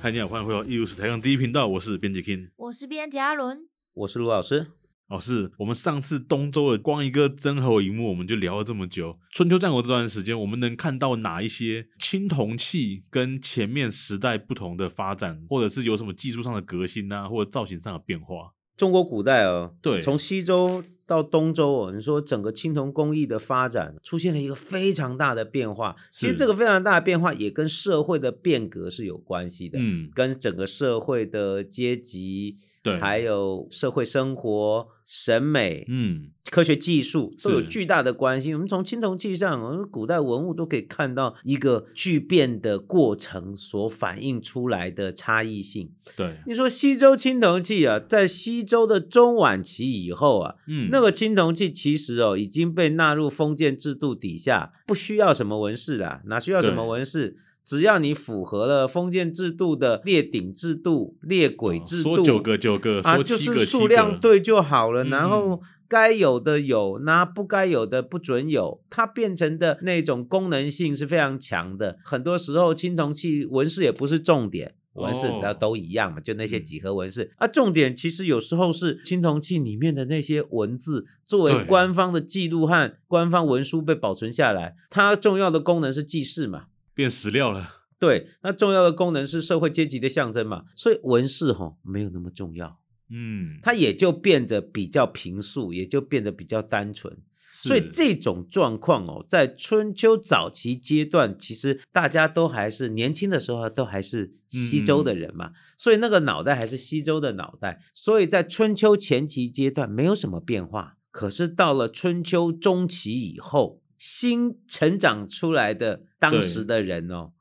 嗨，你好，欢迎回到艺 E 术史台上第一频道，我是编辑 King。我是边杰阿伦，我是卢老师。哦，是我们上次东周的光一个真侯一幕，我们就聊了这么久。春秋战国这段时间，我们能看到哪一些青铜器跟前面时代不同的发展，或者是有什么技术上的革新啊，或者造型上的变化？中国古代哦，对从西周到东周哦，你说整个青铜工艺的发展出现了一个非常大的变化。其实是这个非常大的变化也跟社会的变革是有关系的，嗯，跟整个社会的阶级，对，还有社会生活、审美、嗯，科学技术都有是巨大的关系。我们从青铜器上，我们古代文物都可以看到一个巨变的过程所反映出来的差异性。对，你说西周青铜器啊，在西周的中晚期以后啊，嗯，那个青铜器其实哦已经被纳入封建制度底下，不需要什么纹饰啦，哪需要什么对纹饰？只要你符合了封建制度的列鼎制度、列轨哦制度，说九个九个，啊，说就七是个数量，对就好了，嗯然后该有的有，那不该有的不准有，它变成的那种功能性是非常强的。很多时候青铜器纹饰也不是重点。纹饰哦它都一样嘛，就那些嗯几何纹饰、啊。重点其实有时候是青铜器里面的那些文字，作为对官方的记录和官方文书被保存下来，它重要的功能是记事嘛。变史料了，对，那重要的功能是社会阶级的象征嘛，所以纹饰哈没有那么重要。嗯，它也就变得比较平素，也就变得比较单纯。所以是这种状况哦，在春秋早期阶段，其实大家都还是年轻的时候，都还是西周的人嗯嘛，所以那个脑袋还是西周的脑袋。所以在春秋前期阶段没有什么变化，可是到了春秋中期以后，新成长出来的当对时的人哦，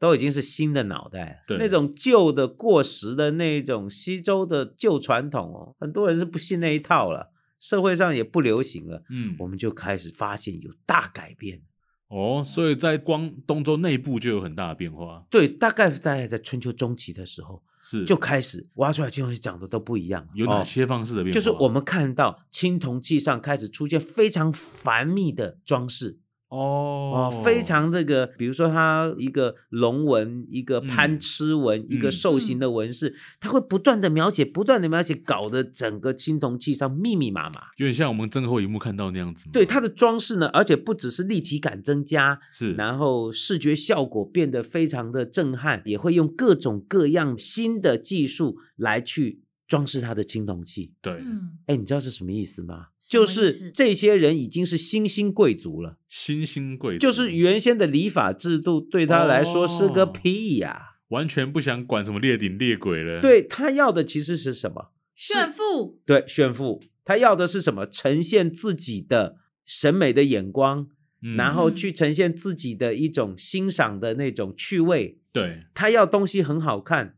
都已经是新的脑袋对了。那种旧的、过时的那种西周的旧传统哦，很多人是不信那一套了，社会上也不流行了。嗯，我们就开始发现有大改变，哦，所以在光东周内部就有很大的变化，对，大概大概在春秋中期的时候是就开始挖出来青铜器长得都不一样了。有哪哦些方式的变化？啊就是我们看到青铜器上开始出现非常繁密的装饰哦哦，非常这个，比如说它一个龙纹、一个嗯攀螭纹、一个嗯兽形的纹饰，它会不断的描写，不断的描写，搞得整个青铜器上密密麻麻。有点像我们真后一幕看到那样子吗。对它的装饰呢，而且不只是立体感增加，是然后视觉效果变得非常的震撼，也会用各种各样新的技术来去装饰它的青铜器。对嗯，哎，你知道是什么意思吗？什么就意思是这些人已经是新兴贵族了，新兴贵族，嗯就是原先的礼法制度对他来说是个哦屁呀、完全不想管什么列顶列轨了。，对他要的其实是什么？炫富，对，炫富。他要的是什么？呈现自己的审美的眼光，嗯然后嗯去呈现自己的一种欣赏的那种趣味。对他要东西很好看，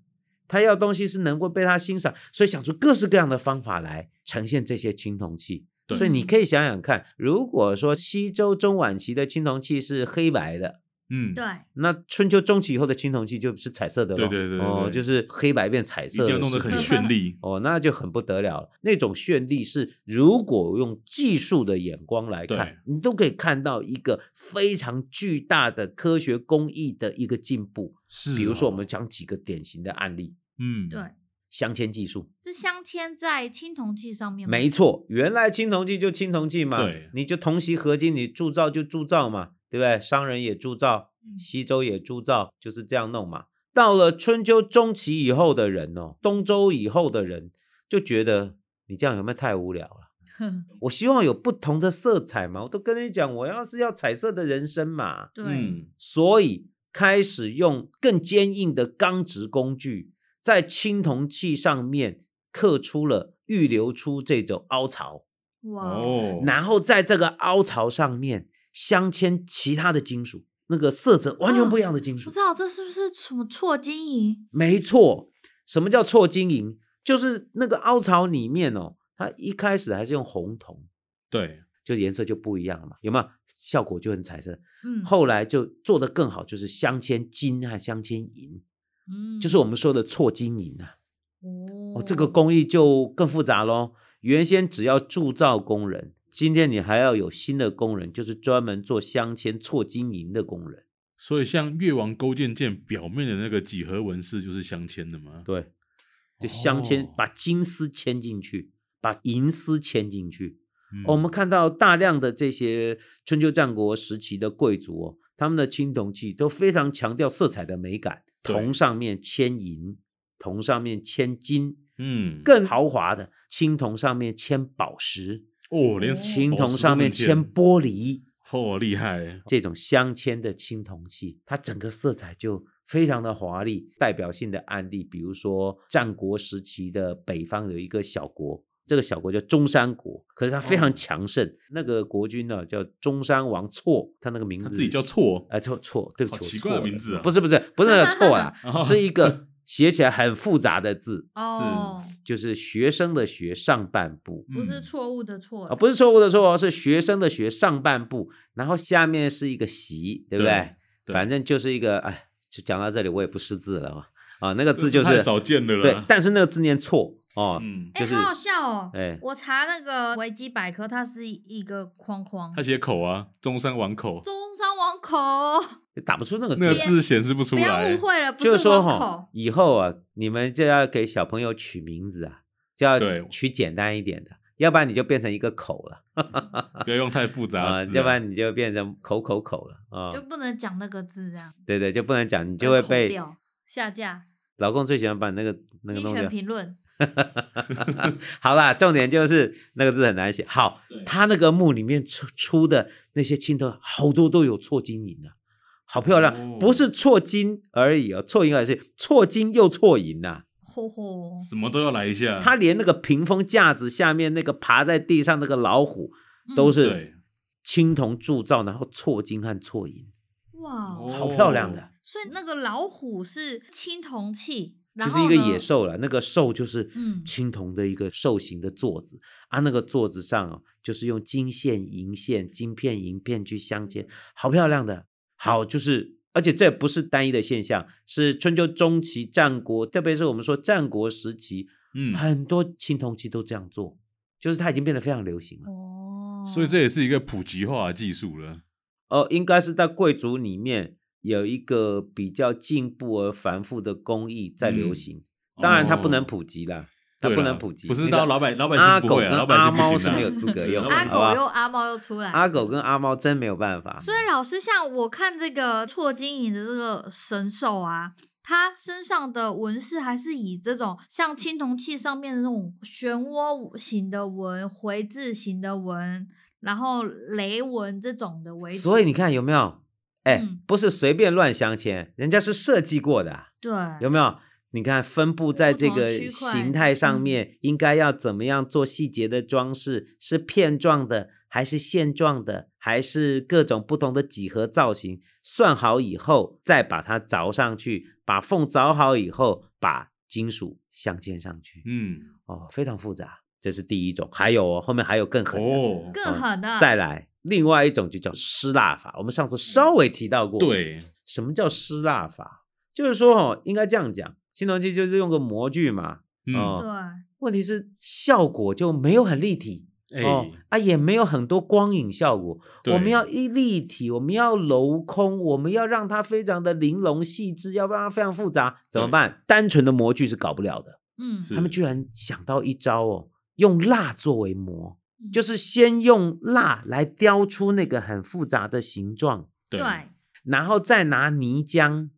他要东西是能够被他欣赏，所以想出各式各样的方法来呈现这些青铜器。对所以你可以想想看，如果说西周中晚期的青铜器是黑白的，嗯对，那春秋中期以后的青铜器就是彩色的对咯对对对哦，对就是黑白变彩一色定的时要候，。弄得很绚丽哦，那就很不得了了。那种绚丽是，如果用技术的眼光来对看，你都可以看到一个非常巨大的科学工艺的一个进步。是哦，比如说，我们讲几个典型的案例，嗯，对，镶嵌技术。是镶嵌在青铜器上面吗，没错，原来青铜器就青铜器嘛，对你就同席合金，你铸造就铸造嘛，对不对？商人也铸造，西周也铸造，就是这样弄嘛。到了春秋中期以后的人哦，东周以后的人就觉得你这样有没有太无聊了？我希望有不同的色彩嘛，我都跟你讲，我要是要彩色的人生嘛，对，嗯，所以开始用更坚硬的钢质工具，在青铜器上面刻出了预留出这种凹槽，哇，哦，然后在这个凹槽上面镶嵌其他的金属，那个色泽完全不一样的金哦属。不知道这是不是什么错金银？没错，什么叫错金银？就是那个凹槽里面哦，它一开始还是用红铜，对，就颜色就不一样了嘛，有没有？效果就很彩色。嗯，后来就做得更好，就是镶嵌金和镶嵌银。嗯就是我们说的错金银啊。哦哦，这个工艺就更复杂喽。原先只要铸造工人，今天你还要有新的工人，就是专门做镶嵌错金银的工人。所以像越王勾践剑表面的那个几何纹饰就是镶嵌的嘛。对，就镶嵌，哦把金丝嵌进去，把银丝嵌进去。嗯哦我们看到大量的这些春秋战国时期的贵族哦，他们的青铜器都非常强调色彩的美感，对铜上面嵌银，铜上面嵌金，嗯，更豪华的青铜上面嵌宝石，哦，连青宝铜石上都能面见嵌玻璃，哦，厉害，这种镶嵌的青铜器，它整个色彩就非常的华丽。代表性的案例，比如说战国时期的北方有一个小国，这个小国叫中山国，可是它非常强盛。那个国君呢叫中山王错，他那个名他字自己叫是，错，哎、错错，对不好起，奇我怪的错了名字啊不是不是不是那个错啦 哦，是一个写起来很复杂的字，哦，就是学生的学上半部，不是嗯错误的错啊，不是错误的错哦，是学生的学上半部，然后下面是一个习，对不对对？对反正就是一个，哎，就讲到这里，我也不识字了嘛。啊，那个字这就是太少见了啦。对，但是那个字念错哦，嗯，哎，就是好好笑哦哎！我查那个维基百科，它是一个框框他，写口啊，中山碗口，中山王口，打不出那个字那个来。字显示不出不要来误。会了，不就是说王哈口，，以后啊，你们就要给小朋友取名字啊，就要对取简单一点的，要不然你就变成一个口了不要用太复杂啊，的字啊，要不然你就变成口口口了啊就。不能讲那个字这样，对对，就不能讲，你就会口被掉下架，老公最喜欢把那个那个精弄掉选。评论， 好啦，重点就是那个字很难写。好对，他那个墓里面出出的那些青铜，好多都有错金银啊，好漂亮！哦不是错金而已哦，错银而是错金又错银呐、吼吼，嗯什么都要来一下。他连那个屏风架子下面那个爬在地上那个老虎，都嗯是对，青铜铸造，然后错金和错银，哇哦，好漂亮的，所以那个老虎是青铜器，就然是后一个呢野，兽了。那个兽就是嗯青铜的一个兽形的座子、啊，那个座子上哦，就是用金线、银线、金片、银片去镶嵌，好漂亮的。好，就是而且这不是单一的现象，是春秋中期、战国，特别是我们说战国时期，嗯，很多青铜器都这样做，就是它已经变得非常流行了。哦，所以这也是一个普及化的技术了。哦、应该是在贵族里面有一个比较进步而繁复的工艺在流嗯行，当然它不能哦普及啦。它对不啦能普及，不是那个到老百老百阿姓不狗会跟啊，老百姓阿不猫行是啊没有资 格用的，阿好不好狗又阿猫又出来，阿狗跟阿猫真没有办法。啊所以老师，像我看这个错金银的这个神兽啊，它身上的纹饰还是以这种像青铜器上面的那种漩涡型的纹、回字形的纹，然后雷纹这种的为主。所以你看有没有？哎、嗯不是随便乱镶嵌，人家是设计过的啊，对，有没有？你看分布在这不个同区块嗯形态上面，应该要怎么样做细节的装饰？是片状的，还是线状的，还是各种不同的几何造型？算好以后，再把它凿上去，把缝凿好以后，把金属镶嵌上去。嗯，哦，非常复杂，这是第一种。还有哦，后面还有更狠的，哦，更狠的。再来另外一种就叫失蜡法。我们上次稍微提到过，，嗯对，什么叫失蜡法？就是说哦，应该这样讲，青铜器就是用个模具嘛，嗯，哦对，问题是效果就没有很立体。哎，哦啊，也没有很多光影效果。对我们要一立体，我们要镂空，我们要让它非常的玲珑细致，要不然它非常复杂，怎么对办？单纯的模具是搞不了的。嗯，是他们居然想到一招哦，用蜡作为模，嗯就是先用蜡来雕出那个很复杂的形状，对，然后再拿泥浆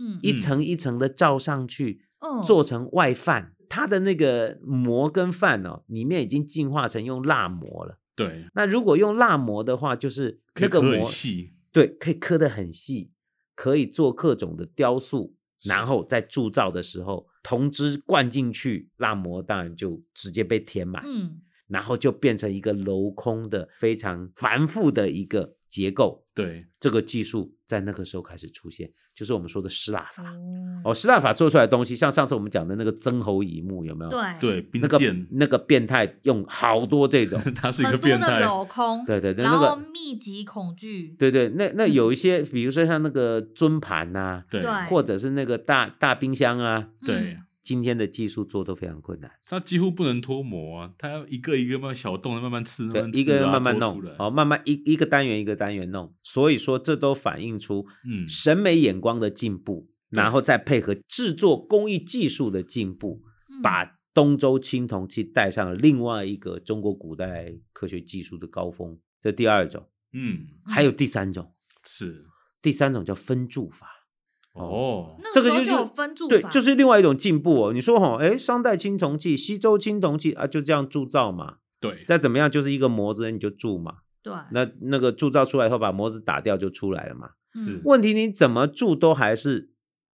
嗯，一层一层的罩上去，哦做成外饭。它的那个馍跟饭哦，里面已经进化成用蜡膜了。对，那如果用蜡膜的话，就是可以那个刻膜很细，对，可以刻得很细，可以做各种的雕塑，是然后在铸造的时候，铜汁灌进去，蜡膜当然就直接被填满，嗯，然后就变成一个镂空的非常繁复的一个结构。对，这个技术在那个时候开始出现，就是我们说的施蜡法。哦，哦，施蜡法做出来的东西，像上次我们讲的那个曾侯乙墓，有没有？，对，对，冰那个剑， 那个变态用好多 这种，他是一很个多变的态，镂空，对对对，然那后个密集恐惧，对对，那那嗯有一些，比如说像那个尊盘呐、对对或者是那个大大冰箱啊，对嗯，今天的技术做都非常困难。它几乎不能脱模啊，它要一个一个慢慢小洞慢慢刺，慢对慢，刺一个把它慢慢拖弄出来，哦，慢慢一一个单元一个单元弄，所以说这都反映出嗯审美眼光的进步，对然后再配合制作工艺技术的进步，嗯把东周青铜器带上了另外一个中国古代科学技术的高峰。这第二种，嗯还有第三种，是第三种叫分柱法。哦，那这个个时候就就有分住对，法就是另外一种进步哦。你说哦，哎，商代青铜器、西周青铜器啊，就这样铸造嘛，对，再怎么样就是一个模子，你就铸嘛。对，那那个铸造出来以后，把模子打掉就出来了嘛。嗯是问题你怎么铸都还是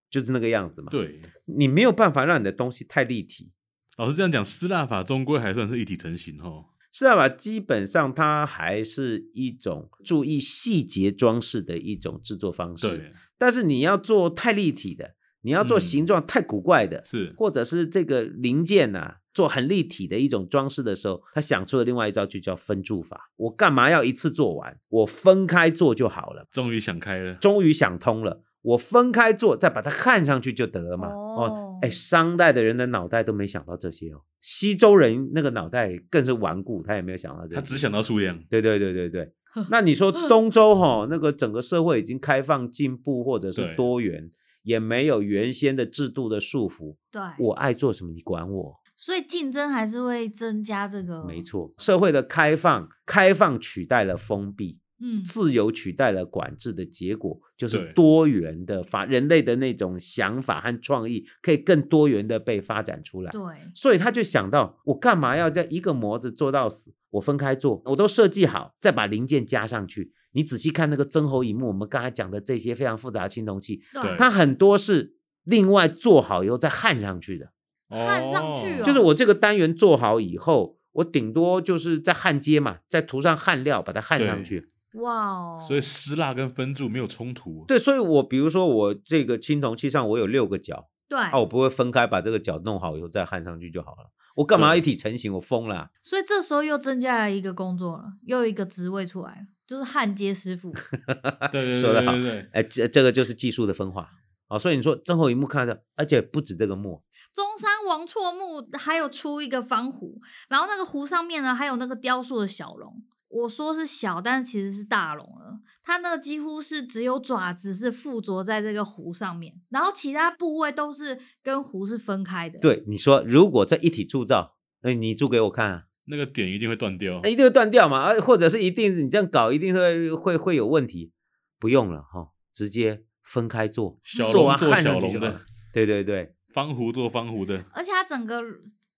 就是那个样子嘛。，对，你没有办法让你的东西太立体。老师这样讲，希腊法终归还算是一体成型哦。是啊吧？基本上它还是一种注意细节装饰的一种制作方式。，对，但是你要做太立体的，你要做嗯形状太古怪的，是或者是这个零件呐、做很立体的一种装饰的时候，他想出了另外一招，就叫分柱法。我干嘛要一次做完？我分开做就好了。终于想开了，终于想通了，我分开做，再把它焊上去就得了嘛。哦哦，哎，商代的人的脑袋都没想到这些哦，西周人那个脑袋更是顽固，他也没有想到这些。他只想到数量，对对对对对。那你说东周哈、那个整个社会已经开放、进步或者对是多元，也没有原先的制度的束缚，对，我爱做什么你管我。所以竞争还是会增加这个，没，错，社会的开放，开放取代了封闭，嗯，自由取代了管制的结果，就对是多元的发，人类的那种想法和创意可以更多元的被发展出来。对，所以他就想到，我干嘛要在一个模子做到死？我分开做，我都设计好，再把零件加上去。你仔细看那个曾侯乙墓，我们刚才讲的这些非常复杂的青铜器，对它很多是另外做好以后再焊上去的。看上去哦就是我这个单元做好以后，我顶多就是在焊接嘛，在涂上焊料把它焊上对去。哇哦，所以希腊跟分柱没有冲突，对，所以我比如说我这个青铜器上我有六个角，对，啊，我不会分开把这个角弄好以后再焊上去就好了。我干嘛要一体成型？我疯了啊、所以这时候又增加了一个工作了，又有一个职位出来了，就是焊接师傅。对啊对说对得对好对对，哎，这这个就是技术的分化啊、所以你说曾侯乙墓看到，而且不止这个墓，中山王错墓还有出一个方壶，然后那个壶上面呢还有那个雕塑的小龙。我说是小，但是其实是大龙了。它那个几乎是只有爪子是附着在这个壶上面，然后其他部位都是跟壶是分开的。，对你说，如果这一体铸造，那你铸给我看啊，那个点一定会断掉那，一定会断掉嘛，啊，或者是一定你这样搞，一定会会会有问题。不用了哈、直接分开做，小做龙完做焊小上去就龙的好了。。对对对，方弧做方弧的，而且它整个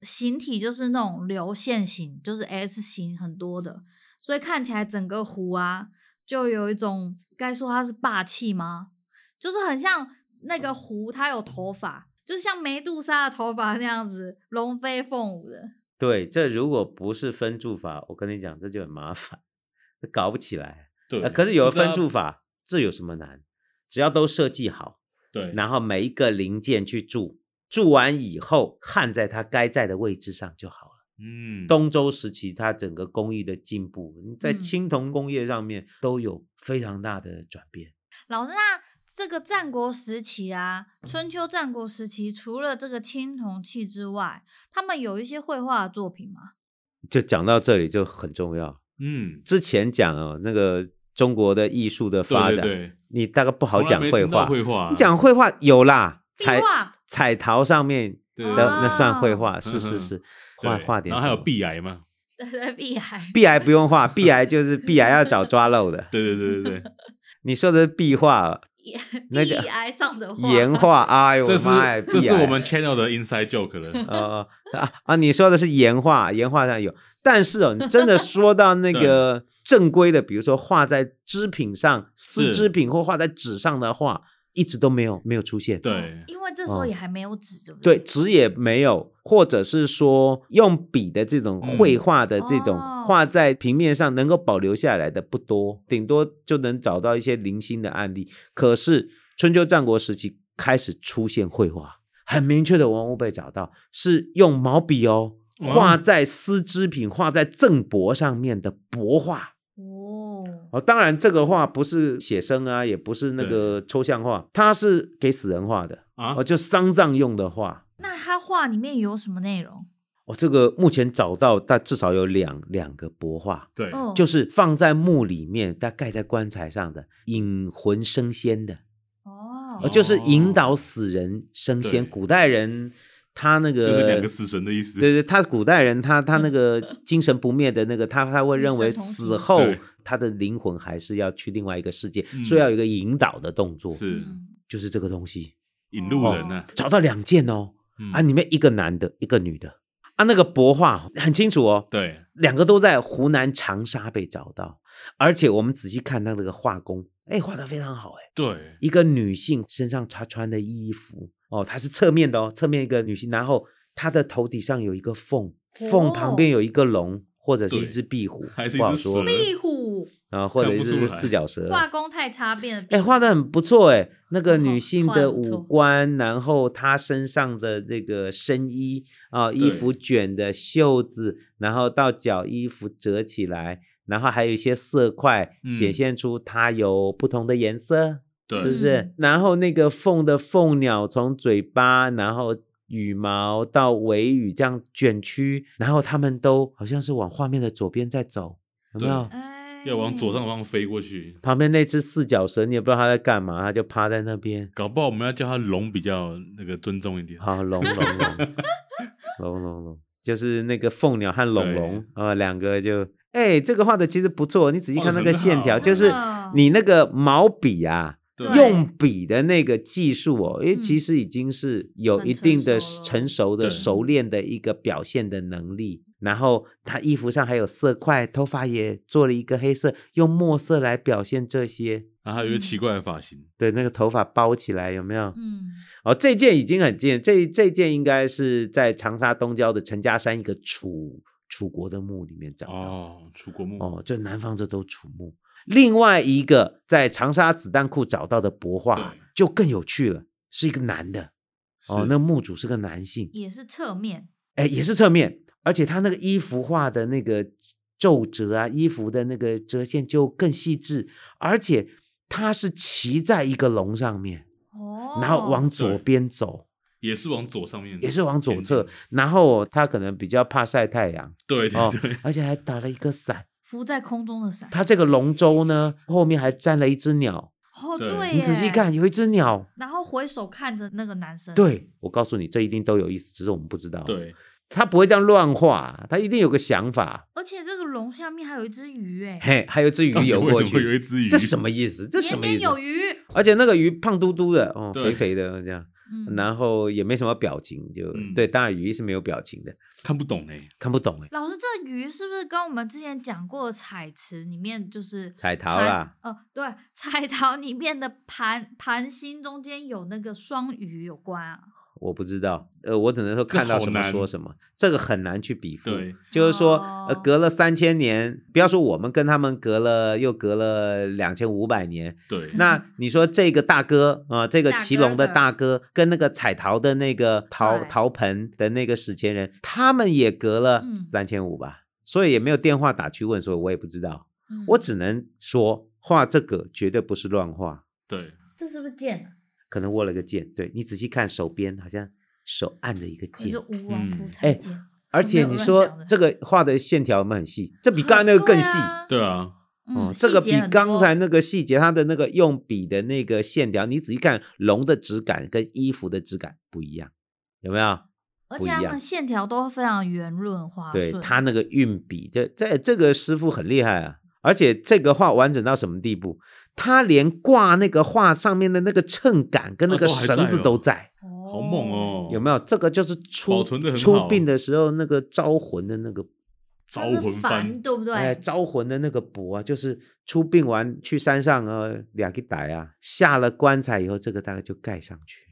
形体就是那种流线型，就是 S 型很多的，所以看起来整个湖啊，就有一种该说它是霸气吗？就是很像那嗯个湖，它有头发，就是像梅杜莎的头发那样子，龙飞凤舞的。对，这如果不是分柱法，我跟你讲，这就很麻烦，搞不起来。对。啊、可是有了不知道分柱，法，这有什么难？只要都设计好，对，然后每一个零件去铸，铸完以后焊在它该在的位置上就好了。嗯，东周时期，它整个工艺的进步，在嗯青铜工业上面都有非常大的转变。老师，那这个战国时期啊，春秋战国时期，除了这个青铜器之外，他们有一些绘画的作品吗？ 就讲到这里就很重要。嗯，之前讲哦，那个中国的艺术的发对展，对对，你大概不不好讲绘绘画，绘画啊，你讲绘画有啦，壁彩画彩陶上面对的对啊那算绘画，嗯是是哼是，对画画点然什后还么。有壁癌嘛，对对，碧海。壁癌不用画，壁癌就是壁癌要找抓漏的。对对对 对对，你说的是壁画，那壁个癌上的话，岩画，哎呦，我这的是妈呀这壁是癌我们 channel 的 inside joke 了，呃啊啊，你说的是岩画，岩画上有，但是哦，你真的说到 那个正规的，比如说画在织品上、丝是织品或画在纸上的画，一直都没有没有出现。对，因为这时候哦也还没有纸，对不对，对？纸也没有，或者是说用笔的这种绘画的这种哦画在平面上能够保留下来的不多，顶多就能找到一些零星的案例。可是春秋战国时期开始出现绘画，很明确的文物被找到，是用毛笔哦哇画在丝织品、画在赠帛上面的帛画。哦，哦，当然这个画不是写生啊，也不是那对个抽象画，它是给死人画的哦啊哦，就丧葬用的画。那他画里面有什么内容？我、这个目前找到，但至少有两两个帛画，对，哦，就是放在墓里面，但盖在棺材上的，引魂升仙的，哦呃，，就是哦引导死人升仙。对古代人他那个就是两个死神的意思。对对，他古代人他他 那个精神不灭的那个，他他会与认神为同死行后对他的灵魂还是要去另外一个世界，嗯所以要有一个引导的动作，是嗯就是这个东西。引路人呢、找到两件哦，嗯啊，里面一个男的，一个女的，啊，那个帛画很清楚哦，对，两个都在湖南长沙被找到，而且我们仔细看他那个画工，哎，画的非常好，哎，对，一个女性身上她穿的衣服哦，她是侧面的哦，侧面一个女性，然后她的头顶上有一个缝，缝旁边有一个龙。或者是一哦对只壁虎，还是一不好只蛇说壁虎啊，或者看不出是来四脚蛇，画工太差，变得哎，画的很不错哎，那个哦女性画得的不错五官，然后她身上的那个深衣啊，衣对服卷的袖子，然后到脚衣服折起来，然后还有一些色块，显嗯现出它有不同的颜色，对是不是嗯？然后那个凤的凤鸟从嘴巴，然后。羽毛到尾羽这样卷曲，然后它们都好像是往画面的左边在走，有没对有？哎，要往左上方飞过去。旁边那只四脚蛇，你也不知道它在干嘛，它就趴在那边。搞不好我们要叫他龙比较那个尊重一点。好，啊龙龙龙龙龙龙，就是那个凤鸟和龙龙啊，两个就哎、这个画的其实不错，你仔细画看得那个很线好条，真就是哎的你那个毛笔啊。对用笔的那个技术哦，因为其嗯实已经是有很一成定的熟了成熟的、对熟练的一个表现的能力。然后他衣服上还有色块，头发也做了一个黑色，用墨色来表现这些。然后还有一个奇怪的发型，对，那个头发包起来有没有？嗯，哦，这件已经很近，这这件应该是在长沙东郊的陈家山一个楚楚国的墓里面找到。哦，楚国墓，嗯哦，这南方这都楚墓。另外一个在长沙子弹库找到的帛画对就更有趣了，是一个男的。是哦，那墓主是个男性，也是侧面，哎，也是侧面，而且他那个衣服画的那个皱褶啊，衣服的那个折线就更细致，而且他是骑在一个龙上面，哦，然后往左对边走。也是往左上面，也是往左前侧进，，然后他可能比较怕晒太阳对对哦对，，而且还打了一个伞。浮在空中的伞，他这个龙舟呢，后面还站了一只鸟，哦，对对，你仔细看，，有一只鸟。然后回首看着那个男生，，对，我告诉你，这一定都有意思，只是我们不知道。，对，他不会这样乱画，他一定有个想法。而且这个龙下面还有一只鱼，哎， 嘿，哦还有一只鱼到底游为过什么会有去，一只鱼，这什么意思？这什年么意年思？有余，而且那个鱼胖嘟嘟的，哦，对肥肥的这样，嗯，然后也没什么表情，就嗯对，当然鱼是没有表情的，看不懂哎，看不懂哎，老师，这鱼是不是跟我们之前讲过的彩池里面就是彩陶盘啦。呃，对， 彩陶里面的盘盘心中间有那个双鱼有关啊。我不知道，呃，我只能说这看到好什么难说什么，这个很难去比附。对，就是说，呃，哦隔了三千年，不要说我们跟他们隔了又隔了两千五百年，对，那你说这个大哥啊、呃这个嗯大祁哥隆的的大哥跟那个彩陶的那个陶对陶盆的那个史前人，他们也隔了嗯三千五吧，所以也没有电话打去问，所以我也不知道，嗯、我只能说画这个绝对不是乱画，对，这是不是剑啊？可能握了个剑，对你仔细看手边好像手按着一个你剑说。吴王夫嗯差哎剑、而没且有你乱说讲的这个画的线条有没有很细？这比比刚才那个更细。对啊，嗯，哦，这个细比节很刚多才那个细节，它的那个用笔的那个线条，你仔细看龙的质感跟衣服的质感不一样，有没有？而不且一它样们线条都非常圆润滑对顺。他那个运笔，这这这个师傅很厉害啊！而且这个画完整到什么地步？他连挂那个画上面的那个秤杆跟那啊个都还绳在子哦都在，好猛哦，有没有？这个就是出保存得很出好哦殡的时候那个招魂的那个招它是魂幡幡，对不对？哎，招魂的那个帛啊，就是出殡完去山上呃，俩个逮啊，下了棺材以后，这个大概就盖上去。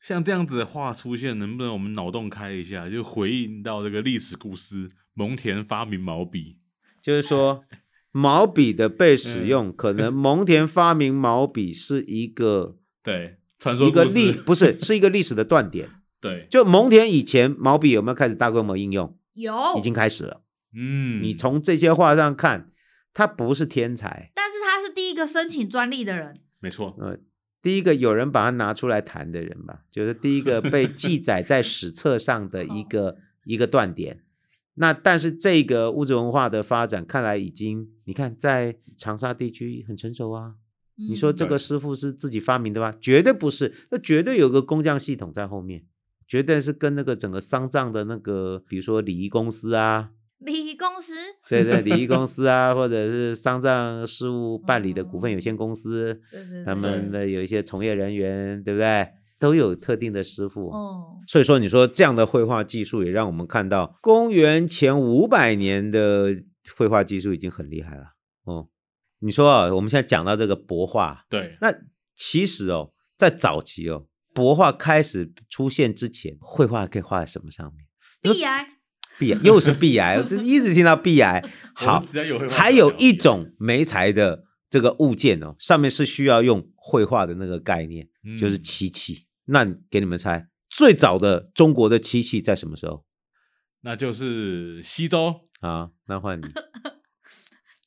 像这样子的话出现，能不能我们脑洞开一下，就回应到这个历史故事，蒙恬发明毛笔，就 是说，毛笔的被使嗯用，可能蒙恬发明毛笔是一个对，传说一个故事历，不是是一个历史的断 点。对，就蒙恬以前毛笔有没有开始大规模应用？有哦已经开始了。嗯，你从这些画上看，他不是天才，但是他是第一个申请专利的人，没错，呃，第一个有人把它拿出来谈的人吧，就是第一个被记载在史册上的一个一个断点。那但是这个物质文化的发展，看来已经你看在长沙地区很成熟啊。你说这嗯对个师傅是自己发明的吗？绝对不是，那绝对有个工匠系统在后面，绝对是跟那个整个丧葬的那个，比如说礼仪公司啊，礼仪公司对对，礼仪公司啊，或者是丧葬事务办理的股份有限公司，对嗯对对，他们对的有一些从业人员，对不对？都有特定的师傅。哦，所以说，你说这样的绘画技术也让我们看到，公元前五百年的绘画技术已经很厉害了。哦，你说啊，我们现在讲到这个帛画，对，那其实哦，在早期哦，帛画开始出现之前，绘画可以画在什么上面？必然壁癌，又是壁癌，我这一直听到壁癌。我好们，只要有绘画还就有了一解种媒材的这个物件哦，上面是需要用绘画的那个概念，就是嗯漆器。那你给你们猜，最早的中国的漆器在什么时候那就是西周，啊？那换你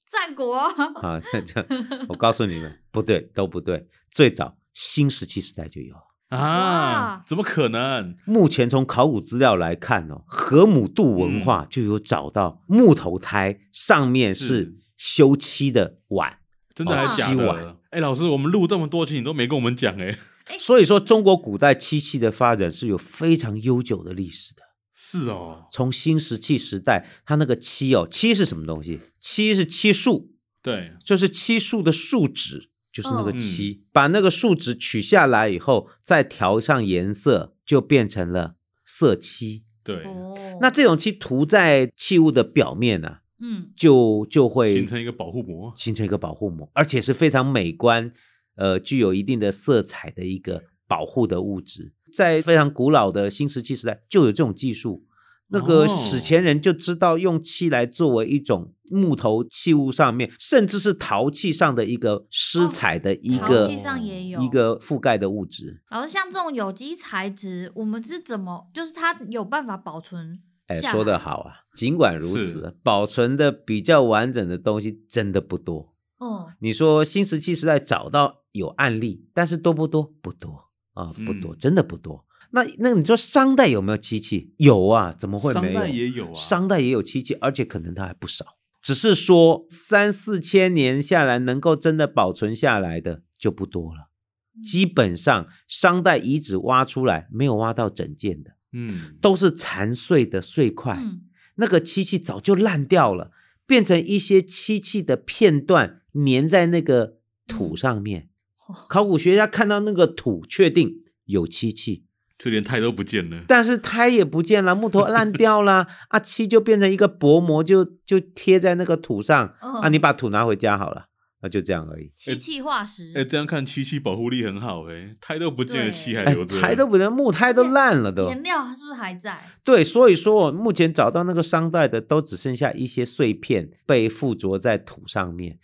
战国，啊，这样我告诉你们，不对，都不对。最早新石器时代就有。啊哇，怎么可能？目前从考古资料来看哦，河姆渡文化就有找到木头胎上面嗯是是修漆的碗。真的哦还是假西的碗？哎，老师，我们录这么多期，你都没跟我们讲哎，所以说，中国古代漆器的发展是有非常悠久的历史的。是哦，从新石器时代，它那个漆哦，漆是什么东西？漆是漆树，对，就是漆树的树脂，就是那个嗯漆。把那个树脂取下来以后，再调上颜色，就变成了色漆。对，啊哦，那这种漆涂在器物的表面呢、啊，嗯，就就会形成一个保护膜，形成一个保护膜，而且是非常美观，呃，具有一定的色彩的一个保护的物质。在非常古老的新石器时代就有这种技术，那哦个史前人就知道用漆来作为一种木头器物上面，甚至是陶器上的一个施彩的一陶个、器上也有一个覆盖的物质。老师，像这种有机材质，我们是怎么，就是它有办法保存哎，下说得来好啊！尽管如是此，保存的比较完整的东西真的不多。哦，你说新石器时代找到有案例，但是多不多？不多啊，不多，嗯真的不多。那那你说商代有没有漆器？有啊，怎么会商没有？代也有啊，商代也有漆器，而且可能它还不少。只是说三四千年下来，能够真的保存下来的就不多了。嗯基本上商代遗址挖出来，没有挖到整件的，嗯，都是残碎的碎块。嗯，那个漆器早就烂掉了，变成一些漆器的片段粘在那个土上面。嗯哦考古学家看到那个土，确定有漆器，就连胎都不见了，但是胎也不见了，木头 烂掉了，啊，漆就变成一个薄膜，就就贴在那个土上。嗯啊，你把土拿回家好了，那就这样而已。漆器化石，呃哎，这样看漆器保护力很好哎，胎都不见了，对漆还哎留着，胎都不能，木胎都烂了都。颜料是不是还在？对，所以说我目前找到那个商代的，都只剩下一些碎片被附着在土上面，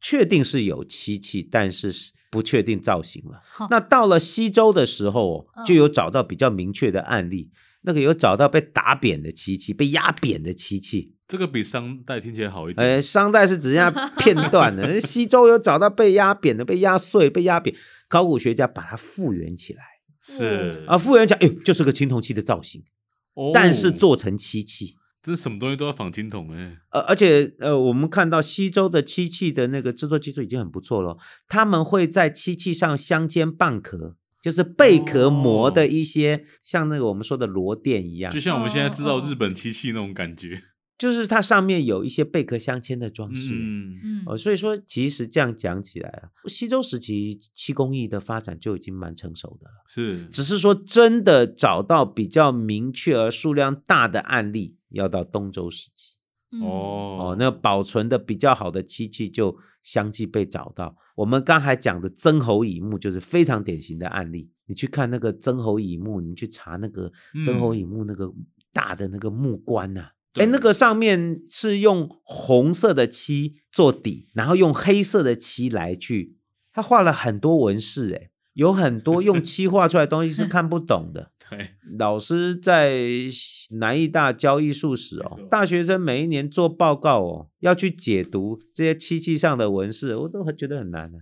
确定是有漆器，但是是不确定造型了。那到了西周的时候哦，就有找到比较明确的案例，那个有找到被打扁的漆器，被压扁的漆器。这个比商代听起来好一点呃，，商代是只剩下片段的，西周有找到被压扁的、被压碎、被压扁，考古学家把它复原起来是啊，，复原起来，哎呦，就是个青铜器的造型，哦但是做成漆器。这什么东西都要仿金桶哎，呃，而且呃，我们看到西周的漆器的那个制作技术已经很不错了，他们会在漆器上镶嵌蚌壳，就是贝壳磨哦的一些、像那个我们说的螺钿一样就，像我们现在制造哦哦日本漆器那种感觉，就是它上面有一些贝壳镶嵌的装饰。嗯，嗯，哦，所以说，其实这样讲起来啊，西周时期漆工艺的发展就已经蛮成熟的了。是只是说，真的找到比较明确而数量大的案例，要到东周时期。嗯，哦哦，那保存的比较好的漆器就相继被找到。我们刚才讲的曾侯乙墓就是非常典型的案例。你去看那个曾侯乙墓，你去查那个曾侯嗯乙墓那个大的那个木棺呐、对哎，那个上面是用红色的漆做底，然后用黑色的漆来去，他画了很多纹饰，哎，有很 多用漆画出来的东西是看不懂的。对，老师在南艺大教艺术史没哦错，大学生每一年做报告哦，要去解读这些漆器上的纹饰，我都觉得很难啊。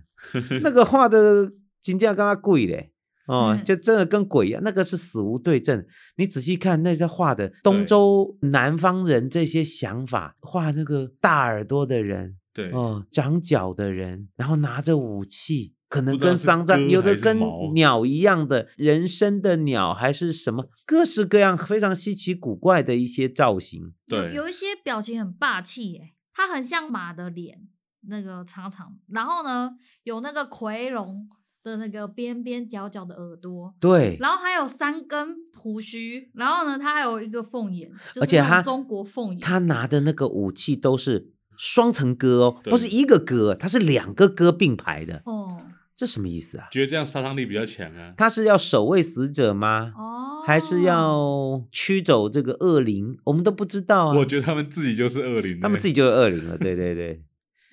那个画的金价刚刚贵嘞。哦，嗯就真的跟鬼一样，那个是死无对证。你仔细看那些画的东周南方人这些想法，画那个大耳朵的人，对，哦，长角的人，然后拿着武器，可不能知道跟是丧鸽葬有还的是跟毛鸟一样的人身的鸟，还是什么各式各样非常稀奇古怪的一些造型。对有有一些表情很霸气耶、它很像马的脸，那个长长，然后呢有那个奎龙的那个边边角角的耳朵。对，然后还有三根胡须，然后呢，它还有一个凤眼，就是而且那种它中国凤眼，他拿的那个武器都是双层戈哦，对不是一个戈，它是两个戈并排的，哦这什么意思啊？觉得这样杀伤力比较强啊。他是要守卫死者吗？哦，还是要驱走这个恶灵？我们都不知道啊。我觉得他们自己就是恶灵欸，他们自己就是恶灵了，对对对。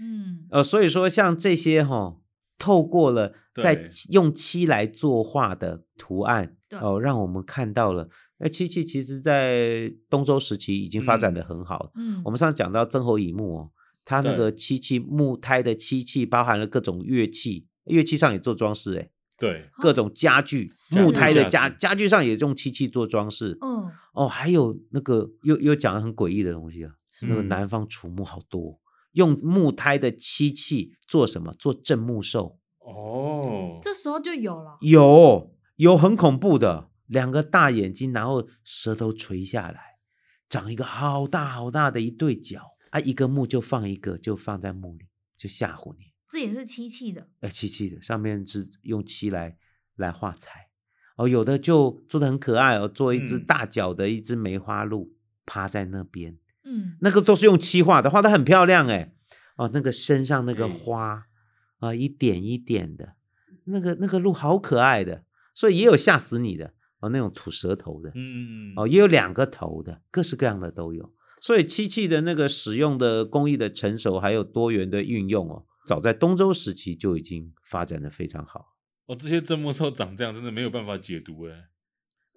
嗯呃，所以说像这些哈、透过了在对用漆来作画的图案，对哦，让我们看到了，那漆器其实在东周时期已经发展嗯的很好了。嗯，我们上次讲到曾侯乙墓哦，它那对个漆器木胎的漆器包含了各种乐器，乐器上也做装饰，哎，对各种家具，是木胎的家家具家具上也用漆器做装饰。嗯哦，还有那个又又讲了很诡异的东西啊，那个嗯南方楚墓好多，用木胎的漆器做什么？做镇墓兽，哦，这时候就有了，有有很恐怖的，两个大眼睛，然后舌头垂下来，长一个好大好大的一对角啊，一个墓就放一个，就放在墓里，就吓唬你。这也是漆器的，呃漆漆的，上面是用漆来来画彩。哦，有的就做的很可爱哦，做一只嗯大脚的一只梅花鹿、趴在那边，嗯，那个都是用漆画的，画的很漂亮哎。哦，那个身上那个哎花啊、一点一点的，那个那个鹿好可爱的，所以也有吓死你的哦，那种吐舌头的，嗯，哦，也有两个头的，各式各样的都有。所以漆器的那个使用的工艺的成熟，还有多元的运用哦，早在东周时期就已经发展的非常好。哦，这些真魔兽长这样，真的没有办法解读哎。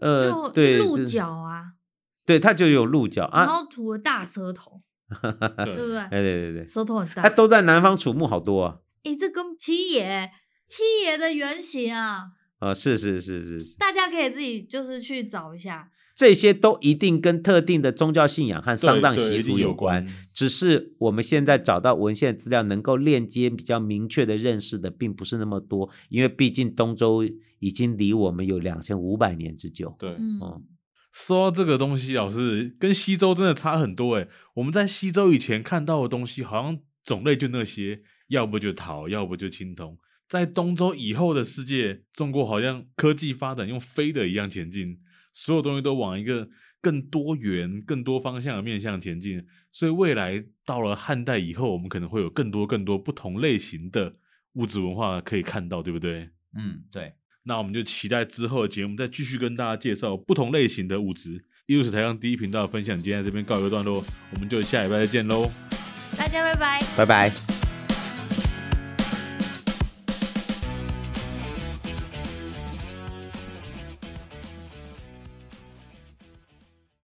呃，就对，鹿这角，哦啊，对，它就有鹿角然啊，后吐了大舌头，对对不对？哎，对对对，舌头很大它，都在南方楚墓好多啊，诶，这跟七爷七爷的原型啊，啊，是是是是是，大家可以自己就是去找一下。这些都一定跟特定的宗教信仰和丧对葬对习一定俗有有关关，只是我们现在找到文献资料能够链接比较明确的认识的，并不是那么多，因为毕竟东周已经离我们有两千五百年之久。对，嗯，哦说到这个东西，老师跟西周真的差很多哎。我们在西周以前看到的东西，好像种类就那些，要不就陶，要不就青铜。在东周以后的世界，中国好像科技发展用飞的一样前进，所有东西都往一个更多元、更多方向的面向前进。所以未来到了汉代以后，我们可能会有更多更多不同类型的物质文化可以看到，对不对？嗯，对，那我们就期待之后的节目再继续跟大家介绍不同类型的物质。一如史台上第一频道的分享，今天在这边告一个段落，我们就下礼拜再见喽。大家拜拜。拜拜。